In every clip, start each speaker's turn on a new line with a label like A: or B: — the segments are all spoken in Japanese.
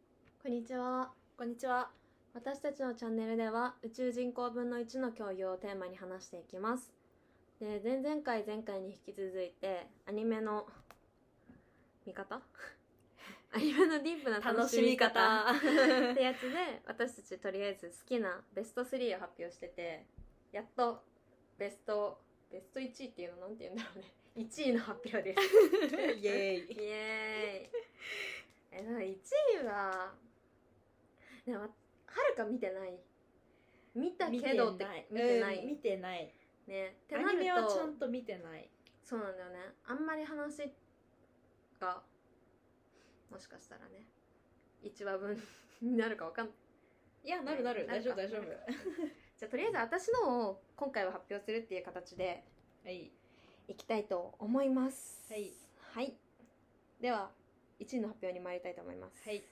A: ちは
B: こんにちは。
A: 私たちのチャンネルでは宇宙人口分の1の教養をテーマに話していきますで前々回前回に引き続いてアニメの見方 アニメのディープな楽しみ方
B: 楽しみ方
A: ってやつで私たちとりあえず好きなベスト3を発表しててやっとベストベスト1位っていうのなんて言うんだろうね1位の発表です
B: イエ
A: イ
B: ーイ。
A: エーイえなんか1位はでもはるか見てない見たけどって見てない
B: うん見てない。
A: ねって
B: ア
A: な
B: ニメ
A: る
B: はちゃ
A: と
B: んと見てない。
A: そうなんだよねあんまり話がもしかしたらね1話分になるかわかんない
B: いや、なるなる。
A: な
B: 大
A: る
B: 丈
A: か
B: 夫、大丈夫。
A: じゃあとりあえず私のを今回は発表するっていう形で
B: はい。
A: いきたいと思います
B: はい、
A: はい、では1位の発表に参りたいと思います
B: はい。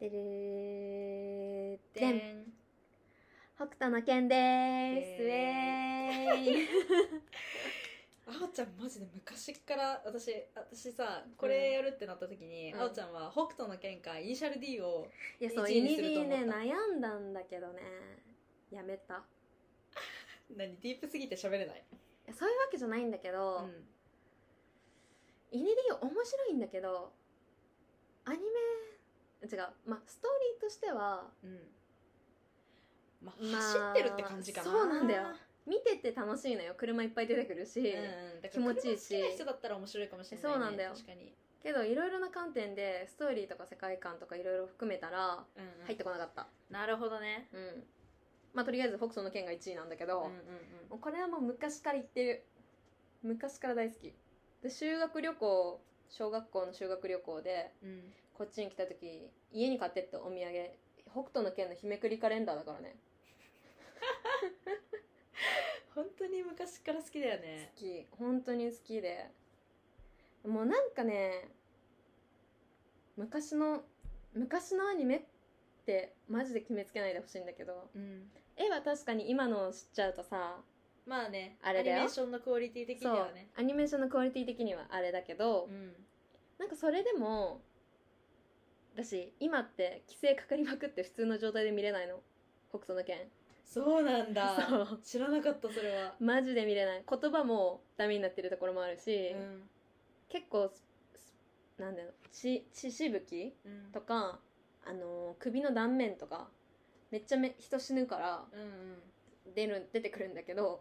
A: でれー
B: で
A: でん
B: ん。
A: 北斗の剣でーす
B: イ
A: イ
B: エ
A: エ ーイ
B: あおちゃんマジで昔から私私さこれやるってなった時に、
A: うん
B: あおちゃんは北斗の剣かイニシャル D を
A: いやそう
B: 一位
A: イ
B: に
A: ニ
B: す
A: ビ
B: ると思
A: ー
B: った
A: ね悩んだんだけどねやめたい
B: 何ディープすぎて喋れない、
A: やそういうわけじゃないんだけ
B: う
A: ど、イニビー面白いんだけどアニメ違うまあストーリーとしては
B: うんまあ、
A: まあ
B: 走ってるって感じかな
A: そうなんだよ見てて楽しいのよ車いっぱい出てくるし、
B: うん、だから
A: 気持ちいいし
B: 車好きな人だったら面白いかもしれない、ね、
A: そうなんだよ
B: 確かに、
A: けどいろいろな観点でストーリーとか世界観とかいろいろ含めたら
B: うんうん
A: 入ってこなかった
B: なるほどね
A: うんまあとりあえず北斗の剣が1位なんだけど、
B: うんうん
A: もうこれはもう昔から言ってる昔から大好きで修学旅行小学校の修学旅行で
B: うんうん
A: こっちに来た時家に買ってったお土産北斗の剣の日めくりカレンダーだからね
B: 本当に昔から好きだよね
A: 好き本当に好きでもうなんかね昔の昔のアニメってマジで決めつけないでほしいんだけど
B: うん
A: 絵は確かに今のを知っちゃうとさ
B: まあね
A: あれだよ
B: アニメーションのクオリティ的に
A: そう
B: はね
A: アニメーションのクオリティ的にはあれだけど、
B: ん
A: なんかそれでも私今って規制かかりまくって普通の状態で見れないの北斗の剣
B: そうなん
A: そ
B: だ
A: う
B: 知らなかったそれは
A: マジで見れない言葉もダメになってるところもあるし、
B: うん
A: 結構すすなんだろう血血しぶき
B: うん
A: とか、あのー首の断面とかめっちゃめ人死ぬから
B: うんうん
A: 出る出てくるんだけど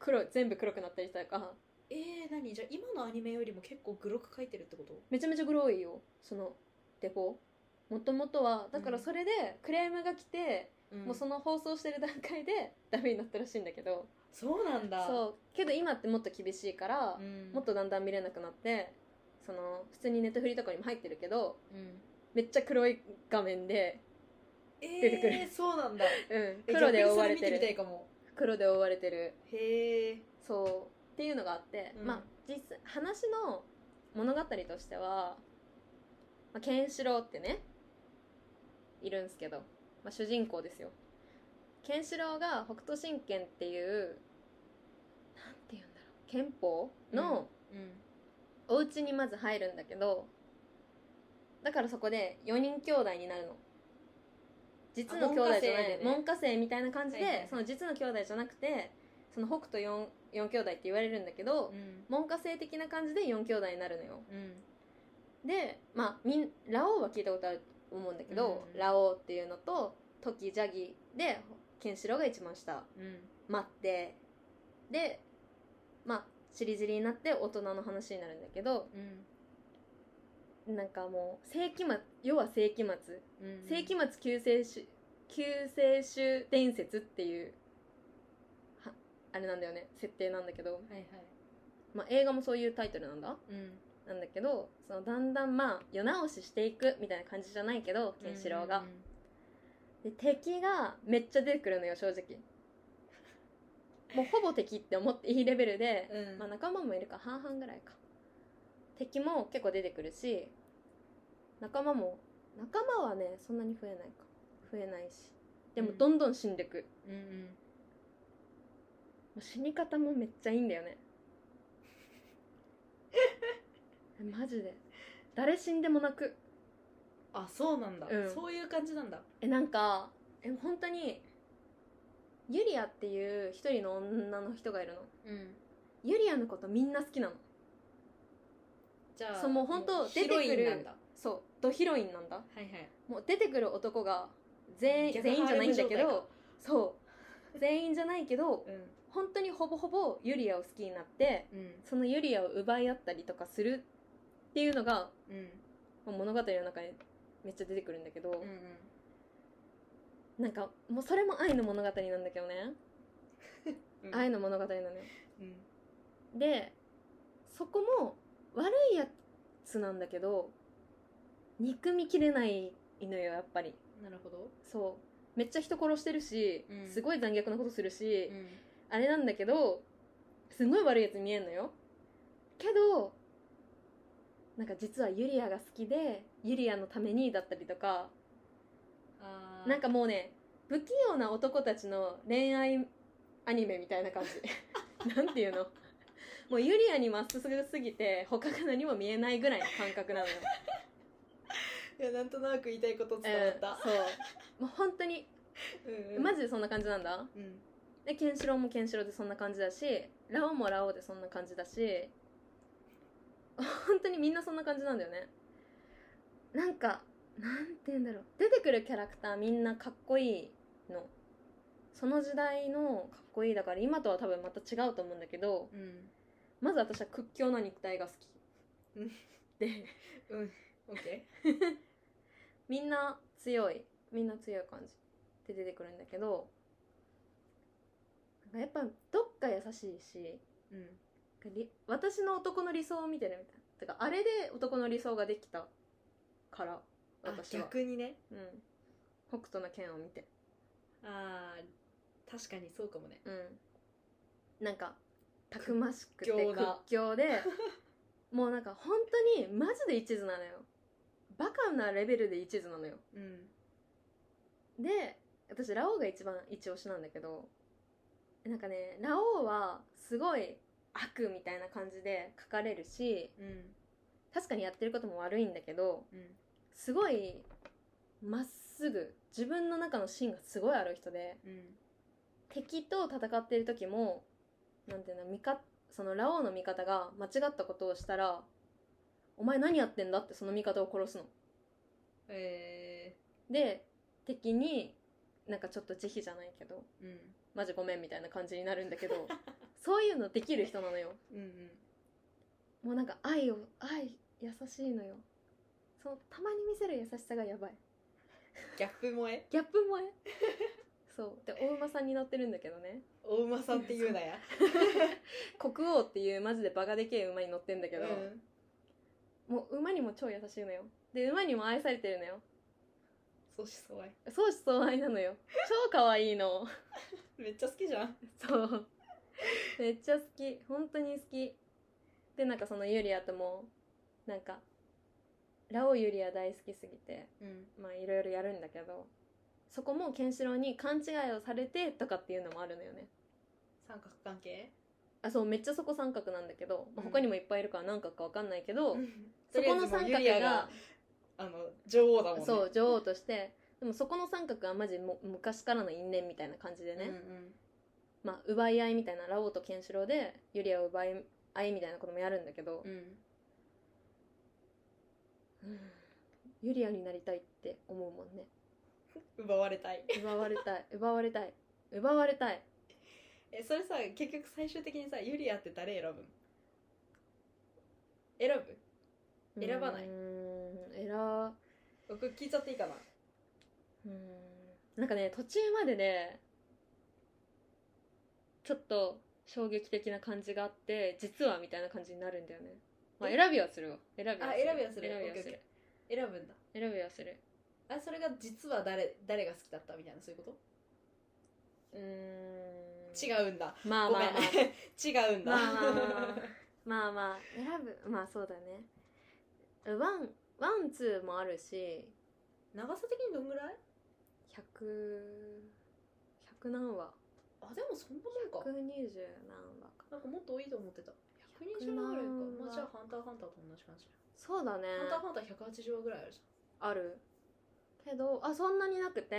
A: 黒い全部黒くなったりとか
B: えー、何じゃあ今のアニメよりも結構グロく描いてるってこと
A: めちゃめちゃ黒いよそのデコもともとはだからそれでクレームが来て、もうそ
B: の
A: の放送してる段階でダメになったらしいんだけど
B: そうなんだ
A: そうけど今ってもっと厳しいから、
B: ん
A: もっとだんだん見れなくなってその普通にネットフリとかにも入ってるけど
B: うん
A: めっちゃ黒い画面で、
B: え
A: 出てくる
B: ー、そうなんだ
A: うん、
B: え
A: 黒で覆われ
B: 逆にそ見
A: て
B: てみた
A: る
B: いかも
A: 黒で覆われてる
B: へえ
A: そうっていうのがあって、
B: うん
A: まあ実際話の物語としては、まあ、ケンシロウってねいるんですけど、まあ、主人公ですよケンシロウが北斗神拳っていうなんて言うんだろう憲法の
B: うん
A: お家にまず入るんだけどだからそこで4人兄弟になるの実の兄弟じゃない
B: あ
A: 門下,、
B: 門
A: 生みたいな感じで、
B: はいはいはい
A: その実の兄弟じゃなくてその北斗 4, 4兄弟って言われるんだけど、
B: うん
A: 門下生的な感じで4兄弟になるのよ
B: うん
A: でまあみんラオウは聞いたことあると思うんだけど、
B: うん
A: ラオウっていうのとトキジャギでケンシロウが一番下
B: うん
A: 待ってでまあしりじりになって大人の話になるんだけど
B: うん
A: なんかもう世紀末要は世紀末、
B: うん
A: 世紀末救世主救世主伝説っていうはあれなんだよね設定なんだけど、
B: はいはい
A: まあ、映画もそういうタイトルなんだ
B: うん
A: なんだけどそのだんだんまあ世直ししていくみたいな感じじゃないけどケンシロウが、で敵がめっちゃ出てくるのよ正直もうほぼ敵って思っていいレベルで、
B: うん
A: まあ、仲間もいるか半々ぐらいか敵も結構出てくるし仲間も仲間はねそんなに増えないか増えないしでも
B: うん
A: どんどん死んでく、も
B: うんうん
A: う死に方もめっちゃいいんだよ ねマジで誰死んでも泣く
B: あそうなんだ、
A: うん
B: そういう感じなんだ
A: えなんかえ本当にユリアっていう一人の女の人がいるの
B: うん
A: ユリアのことみんな好きなの
B: じゃあ
A: そうもうほんと
B: ヒロイン
A: 出てくる
B: なんだ
A: そうドヒロインなんだ
B: はいはい
A: もう出てくる男が全員
B: 逆
A: 全員じゃないんだけ
B: ハーレム状態
A: どそう 全員じゃないけど
B: うん
A: 本当にほぼほぼユリアを好きになって
B: うん
A: そのユリアを奪い合ったりとかするっていうのが
B: うん
A: まあ物語の中にめっちゃ出てくるんだけど
B: う、ん
A: なんかもうそれも愛の物語なんだけどね、
B: うん
A: 愛の物語なのよ
B: うん
A: でそこも悪いやつなんだけど憎みきれないのよやっぱり
B: なるほど
A: そうめっちゃ人殺してるし、
B: うん
A: すごい残虐なことするし、
B: ん
A: あれなんだけどすごい悪いやつに見えんのよけどなんか実はユリアが好きでユリアのためにだったりとか
B: あー
A: なんかもうね不器用な男たちの恋愛アニメみたいな感 じなんていうのもうユリアにまっすぐすぎて他が何も見えないぐらいの感覚 なのよ、
B: いやなんとなく言いたいこと
A: うん
B: 伝わった、
A: そうもう本当に
B: うん
A: マジでそんな感じなんだ
B: うん
A: でケンシロウもケンシロウでそんな感じだしラオウもラオウでそんな感じだし本当にみんなそんな感じなんだよねなんかなんて言うんだろう出てくるキャラクターみんなかっこいいのその時代のかっこいいだから今とは多分また違うと思うんだけど
B: うん
A: まず私は屈強な肉体が好き
B: うん
A: で
B: うんオッケ
A: みんな強いみんな強い感じで出てくるんだけどなんかやっぱどっか優しいし
B: ーうん
A: り私の男の理想を見てるみたいなてかあれで男の理想ができたから
B: あ
A: 私は、
B: 逆にね
A: うん、北斗の剣を見て
B: あー確かにそうかもね
A: うんなんかたくましくて
B: 屈強
A: 屈
B: な
A: 強 でもうなんか本当にマジで一途なのよバカなレベルで一途なのよ
B: うん
A: で私ラオウが一番一押しなんだけどなんかねラオウはすごい悪みたいな感じで書かれるし
B: うん
A: 確かにやってることも悪いんだけど
B: うん
A: すごいまっすぐ自分の中の芯がすごいある人で
B: うん
A: 敵と戦ってる時もなんていうの味方そのラオウの味方が間違ったことをしたら「お前何やってんだ?」ってその味方を殺すの。
B: え
A: で敵になんかちょっと慈悲じゃないけど
B: ーうん
A: マジごめんみたいな感じになるんだけどそういうのできる人なのよ
B: うんうん
A: もうなんか愛を愛優しいのよそのたまに見せる優しさがやばい
B: ギャップ萌え
A: ギャップ萌え そうでお馬さんに乗ってるんだけどね
B: お馬さんって言うなや
A: 国王っていうマジでバカでけえ馬に乗ってんだけ
B: う
A: ど、
B: ん
A: もう馬にも超優しいのよで馬にも愛されてるのよ
B: そうしそうい
A: 相思相愛なの よ超可愛いの
B: めっちゃ好きじゃん
A: そうめっちゃ好き本当に好きでなんかそのユリアともなんかラオウユリア大好きすぎて
B: うん
A: まあいろいろやるんだけどそこもケンシロウに勘違いをされてとかっていうのもあるのよね
B: 三角関係
A: あそうめっちゃそこ三角なんだけど、まあ、
B: うん
A: 他にもいっぱいいるから何角か分かんないけど、
B: うん
A: そこの
B: とりあえずもう
A: 三角
B: ユリア
A: が
B: あの女王だもんね
A: そう女王としてでもそこの三角はマジも昔からの因縁みたいな感じで
B: う
A: ね、
B: んうん
A: まあ奪い合いみたいなラオウとケンシロウでユリアを奪い合いみたいなこともやるんだけど、
B: うん
A: うんユリアになりたいって思うもんね
B: 奪われたい
A: 奪われたい奪われたい奪われたい
B: えそれさ結局最終的にさユリアって誰選ぶん選ぶ選ばないう
A: ーん選ば
B: 僕聞いちゃっていいかな
A: うーんなんかね途中までねちょっと衝撃的な感じがあって実はみたいな感じになるんだよね、まあ、
B: え
A: 選びはするわ選びは
B: あ選びはする
A: 選びは
B: オッ
A: す
B: ケーオッ
A: る
B: 選ぶんだ
A: 選びはする
B: あそれが実は誰誰が好きだったみたいなそういうこ
A: うー
B: と
A: ん
B: 違
A: う
B: うんだ
A: まあ
B: ご
A: まあ
B: めん 違うんだ
A: まあま あまあまあまあまあ選ぶまあそうだねワンワンツーもあるし
B: 長さ的にどんぐらい
A: 100100何話
B: あでもそんなもんか
A: 120何話か
B: なんかもっと多いと思ってた120話ぐらいか、まあ、じゃあ「ハンターハンター」と同じ感じ
A: そうだね
B: ハンターハンター180話ぐらいあるじ
A: あるけどあそんなになくて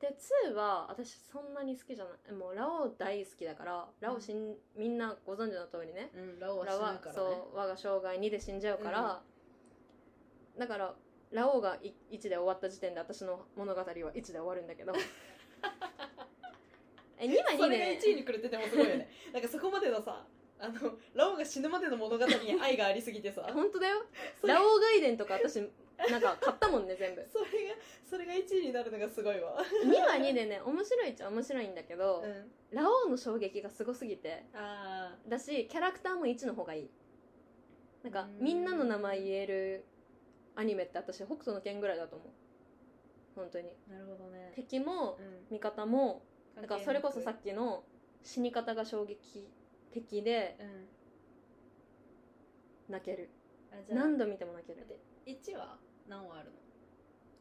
A: で2は私そんなに好きじゃないもうラオウ大好きだからラオウしん、みんなご存知の通りね
B: うん、ラオウは死
A: ラ
B: ぬ
A: オウは
B: からね。
A: そう我が生涯2で死んじゃうから、だからラオウが1で終わった時点で私の物語は1で終わるんだ けどえ2は
B: そ
A: 2
B: れ
A: で、
B: が1位にくれててもすごいよね。なんかそこまでのさ、あの、ラオウが死ぬまでの物語に愛がありすぎ てさ、
A: 本当だよ
B: それ
A: ラオウ外伝とか私なんか買ったもんね全部
B: それが、それが1位になるのがすごいわ。
A: 2は2でね面白いっちゃ面白いんだけど、
B: うん。
A: ラオウの衝撃がすごすぎて
B: あ
A: だしキャラクターも1の方がいいなんか
B: うん
A: みんなの名前言えるアニメって私北斗の剣ぐらいだと思う本当に
B: あ、なるほどね。
A: 敵も
B: うん。
A: 味方もだからそれこそさ
B: き。
A: っきの死に方が衝撃的で
B: うん。
A: 泣ける
B: あ、じゃあ、
A: 何度見ても泣ける
B: 1は何話あるの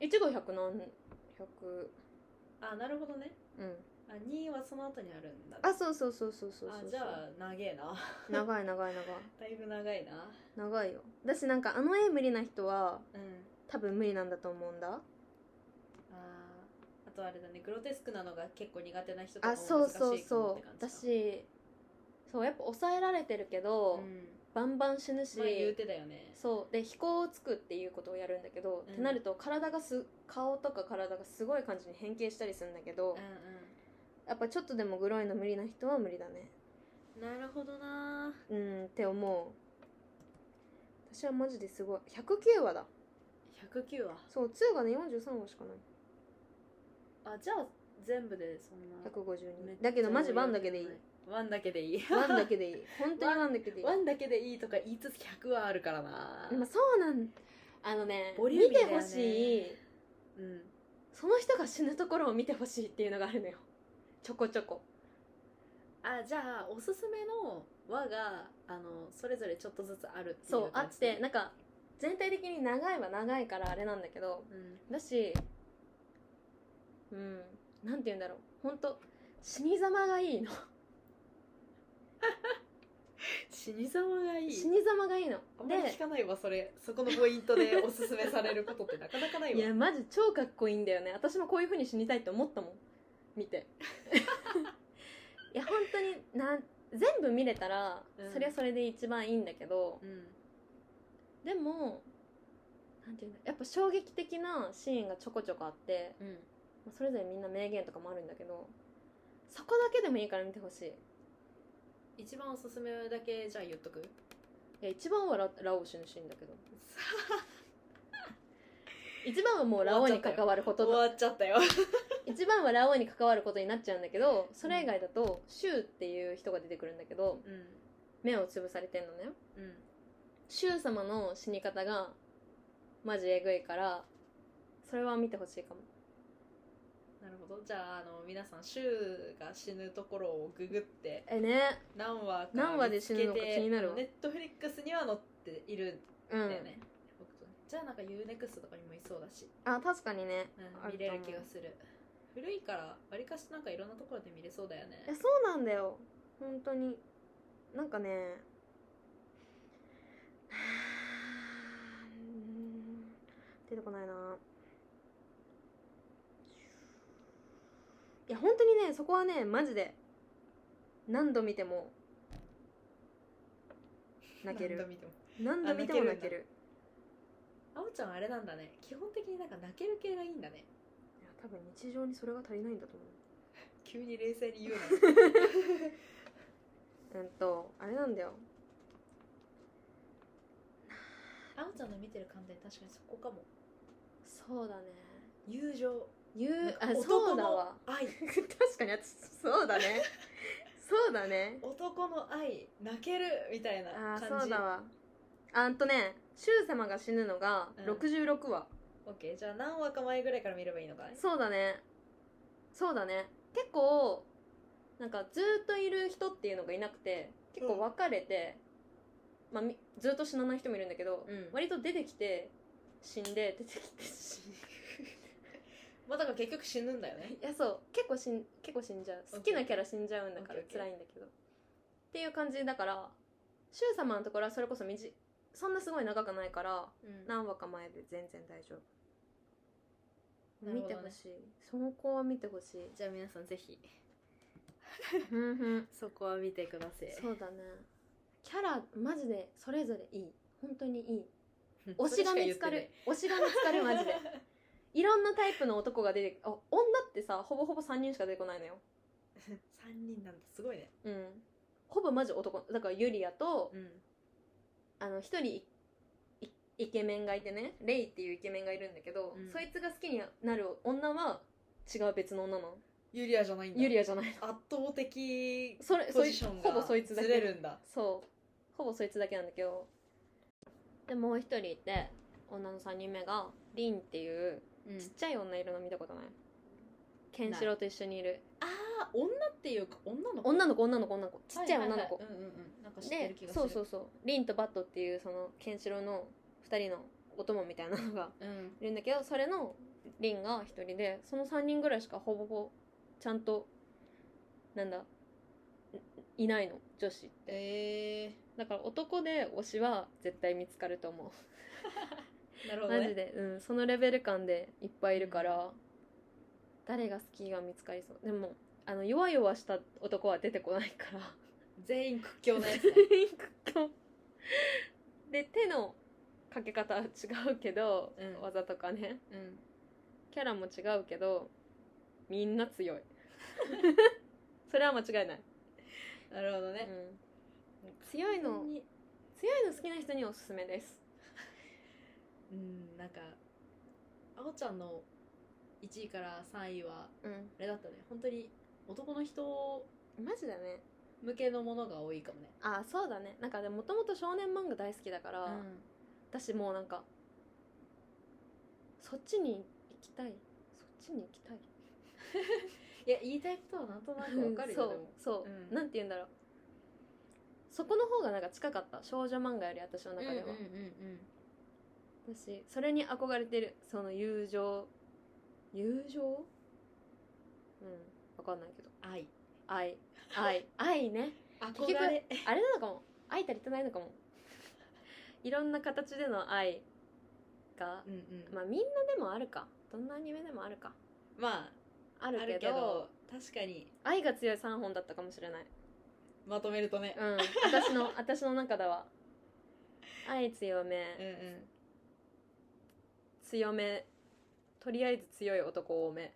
A: 1が100何百
B: あ、なるほどね。
A: うん
B: あ、2はその後にあるんだね。
A: あそうそうそうそうそうそう
B: あ、じゃあ、長えな。
A: 長い長い長い
B: だいぶ長いな。
A: 長いよだしなんかあの絵無理な人は
B: うん。
A: 多分無理なんだと思うんだ
B: あーあとあれだねグロテスクなのが結構苦手な人とかも
A: あそう
B: 難しいかも
A: そうそ
B: って
A: う
B: 感
A: だ
B: じか
A: しそうやっぱ抑えられてるけ
B: う
A: ど、
B: ん
A: バンバン死ぬし、
B: まあ言うてだよね
A: そうで飛行をつくっていうことをやるんだけど、
B: うん
A: ってなると体がす顔とか体がすごい感じに変形したりするんだけど、
B: うん
A: やっぱちょっとでもグロいの無理な人は無理だね
B: うんなるほどな
A: うんって思う私はマジですごい109話だ
B: 109話
A: そう2がね43話しかない
B: あじゃあ全部でそんなめっ
A: 152
B: ちゃ
A: だけどマジワンだけでいい
B: ワンだけでいい
A: ワンだけでいい本当にワンだけでいい
B: ワンだけでいいとか言いつつ100話あるからな
A: まあ、そうなんあのね
B: ボリューミーだよ
A: 見
B: ね
A: てほしい
B: うん
A: その人が死ぬところを見てほしいっていうのがあるのよちょこちょこ
B: あじゃあおすすめの話があのそれぞれちょっとずつあるっていう
A: そうあ
B: 感
A: っ
B: じ
A: てなんか全体的に長いは長いからあれなんだけど
B: うん
A: だしうんなんて言うんだろう本当死に様がいいの
B: 死に様がいい
A: 死に様がいいの
B: あんまり
A: で
B: 聞かないわそれそこのポイントでおすすめされることってなかなかないわ
A: いやマジ超かっこいいんだよね私もこういう風に死にたいって思ったもん見 ていや本当になん全部見れたら、
B: うん
A: それはそれで一番いいんだけど、
B: うん
A: でもなんていうんだやっぱ衝撃的なシーンがちょこちょこあって、
B: うん
A: まあそれぞれみんな名言とかもあるんだけどそこだけでもいいから見てほしいい
B: 一番おすすめだけじゃあ言っとく
A: や一番はララオウ死ぬシーンだけど一番はもうラオウに関わること
B: 終
A: だ
B: わっちゃったよ
A: 一番はラオウに関わることになっちゃうんだけどそれ以外だとシュウっていう人が出てくるんだけど
B: うん
A: 目をつぶされてんのね
B: うん
A: シュウ様の死に方がマジえぐいからそれは見てほしいかも
B: なるほどじゃああの皆さん柊が死ぬところをググって
A: えね
B: 何話か
A: 何話で死ぬのか気になるわ
B: ネットフリックスには載っている
A: うん
B: だ
A: ん
B: よね、僕とねじゃあなんか UNEXT とかにもいそうだし、
A: あ確かにね
B: うん
A: あ
B: 見れる気がする古いからわりかしなんかいろんなところで見れそうだよね
A: えそうなんだよ本当になんかね はあうん出てこないないや本当にねそこはねマジで何度見ても泣け
B: 何度
A: る
B: 見ても
A: 何度見ても泣ける
B: あおちゃんあれなんだね基本的になんか泣ける系がいいんだね
A: いや多分日常にそれが足りないんだと思う
B: 急に冷静に言う
A: うんとあれなんだよ
B: な あおちゃんの見てる観点確かにそこかも
A: そうだね
B: 友情
A: 言
B: なん
A: う
B: か
A: あそ
B: 男
A: うだ
B: の
A: わ
B: 愛
A: 確かに私そうだねそうだね
B: 男の愛泣けるみたいな
A: あ
B: 感じ
A: ーそうだわあんとねシュウ様が死ぬのが
B: うん
A: 66話、
B: オッケーじゃあ何話か前ぐらいから見ればいいのかい
A: そうだねそうだね結構なんかずーっといる人っていうのがいなくて結構別れて、まあみ、ずーっと死なない人もいるんだけど、
B: うん
A: 割と出てきて死んで出てきて死んで
B: まあだから結局死ぬんだよね
A: いやそう結構死ん結構死んじゃう
B: OK
A: 好きなキャラ死んじゃうんだから
B: OK OK
A: 辛いんだけどっていう感じだから柊様のところはそれこそ短いそんなすごい長くないから
B: うん
A: 何話か前で全然大丈夫
B: なる
A: 見
B: ほ
A: て
B: どね
A: ほしい、そこは見てほしい
B: じゃあ皆さんぜひ
A: うんうん
B: そこは見てください
A: そうだねキャラマジでそれぞれいい本当にいい推しが見つかる推しが見つかるマジで いろんなタイプの男が出てあ女ってさほぼほぼ3人しか出てこないのよ
B: 3人なんだすごいね
A: うんほぼマジ男だからユリアと、
B: うん
A: あの一人いいイケメンがいてねレイっていうイケメンがいるんだけど、
B: うん
A: そいつが好きになる女は違う別の女なの
B: ユリアじゃないんだ
A: ユリアじゃない
B: 圧倒的
A: それ
B: ポ
A: そい
B: ジ
A: つ
B: ショ
A: ほ
B: ン
A: ぼ
B: が
A: そいつだけ
B: ずれるんだ
A: そうほぼそいつだけなんだけどでもう一人いて女の3人目がリンっていう
B: うん
A: ちっちゃい女いるの見たことないケンシロウと一緒にいる
B: ああ女っていうか女の子
A: 女の子女の子女の子ちっちゃい女の子、
B: はははうんうんうんなんか知ってる
A: で
B: 気がす
A: そ
B: る
A: うそうそうリンとバットっていうそのケンシロウの2人のお供みたいなのが
B: うん
A: いるんだけどそれのリンが1人でその3人ぐらいしかほぼほぼちゃんとなんだいいないの女子って
B: え
A: だから男で推しは絶対見つかると思
B: ー、なる
A: う、
B: ほど
A: マジ
B: ね
A: で、うん、そのレベル感でいっぱいいるから、誰が好きが見つかりそうでもあの弱々した男は出てこないから
B: 全員屈強 なやつね
A: で手のかけ方は違うけど、
B: うん
A: 技とかね
B: うん
A: キャラも違うけどみんな 強いそれは間違いない、
B: なるほど
A: う
B: ね、
A: ん、強いの
B: 本当に
A: 強いの好きな人におすすめです
B: うんなんかあおちゃんの1位から3位は
A: うん
B: あれだったね本当に男の人
A: マジだね
B: 向けのものが多いかもね
A: あそうだねなんかでもともと少年漫画大好きだから、私もうなんかそっちに行きたいそっちに行きたい
B: いや言いたいことはなんとなくわかるよ、
A: うん
B: でも
A: そうそう、
B: うん
A: なんて言うんだろうそこの方がなんか近かった少女漫画より私の中では、
B: うんうんうんうん
A: 私それに憧れてるその友情友情うんわかんないけど
B: 愛
A: 愛愛 愛ね
B: 憧
A: 結局
B: れ
A: あれなのかも愛足りてないのかも いろんな形での愛が
B: うんうんま
A: まあみんなでもあるかどんなアニメでもあるか
B: ま
A: あ
B: あ
A: る
B: あ
A: け
B: る
A: ど
B: けど確かに
A: 愛が強い3本だったかもしれない
B: まとめるとね
A: う、ん私 の私の中では愛強
B: うん、
A: め
B: うんうん
A: 強めとりあえず強い男多め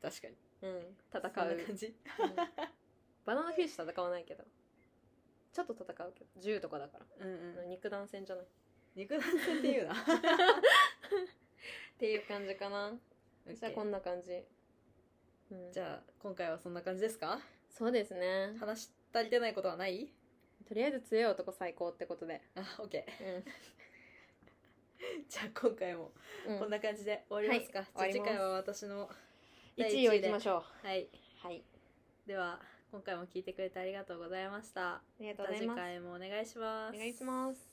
B: 確かに
A: うん戦
B: そんな
A: う
B: 感じ
A: うんバナナフィッシュ戦わないけどちょっと戦うけど銃とかだから、
B: うん
A: あ
B: う
A: の肉弾戦じゃないっ
B: 肉弾戦っ ていうな
A: ていう感じかな
B: OK
A: じゃあこんな感じ、うん、
B: じゃあ今回はそんな感じですか
A: そうですね
B: 話し足りてないことはない
A: とりあえず強い男最高ってことで
B: あオッケー
A: う
B: じゃあ今回も
A: ん、
B: こんな感じで終わりますか、
A: はい
B: じゃあ
A: 終わります
B: 次回は私の
A: 1位をいきまし
B: ょ
A: ょ
B: うはい、
A: うはい
B: では今回も聞いてくれてありがとうございました
A: ありがと
B: ま
A: うご
B: た
A: ざい
B: 次
A: ます
B: 回もお願いします
A: お願いします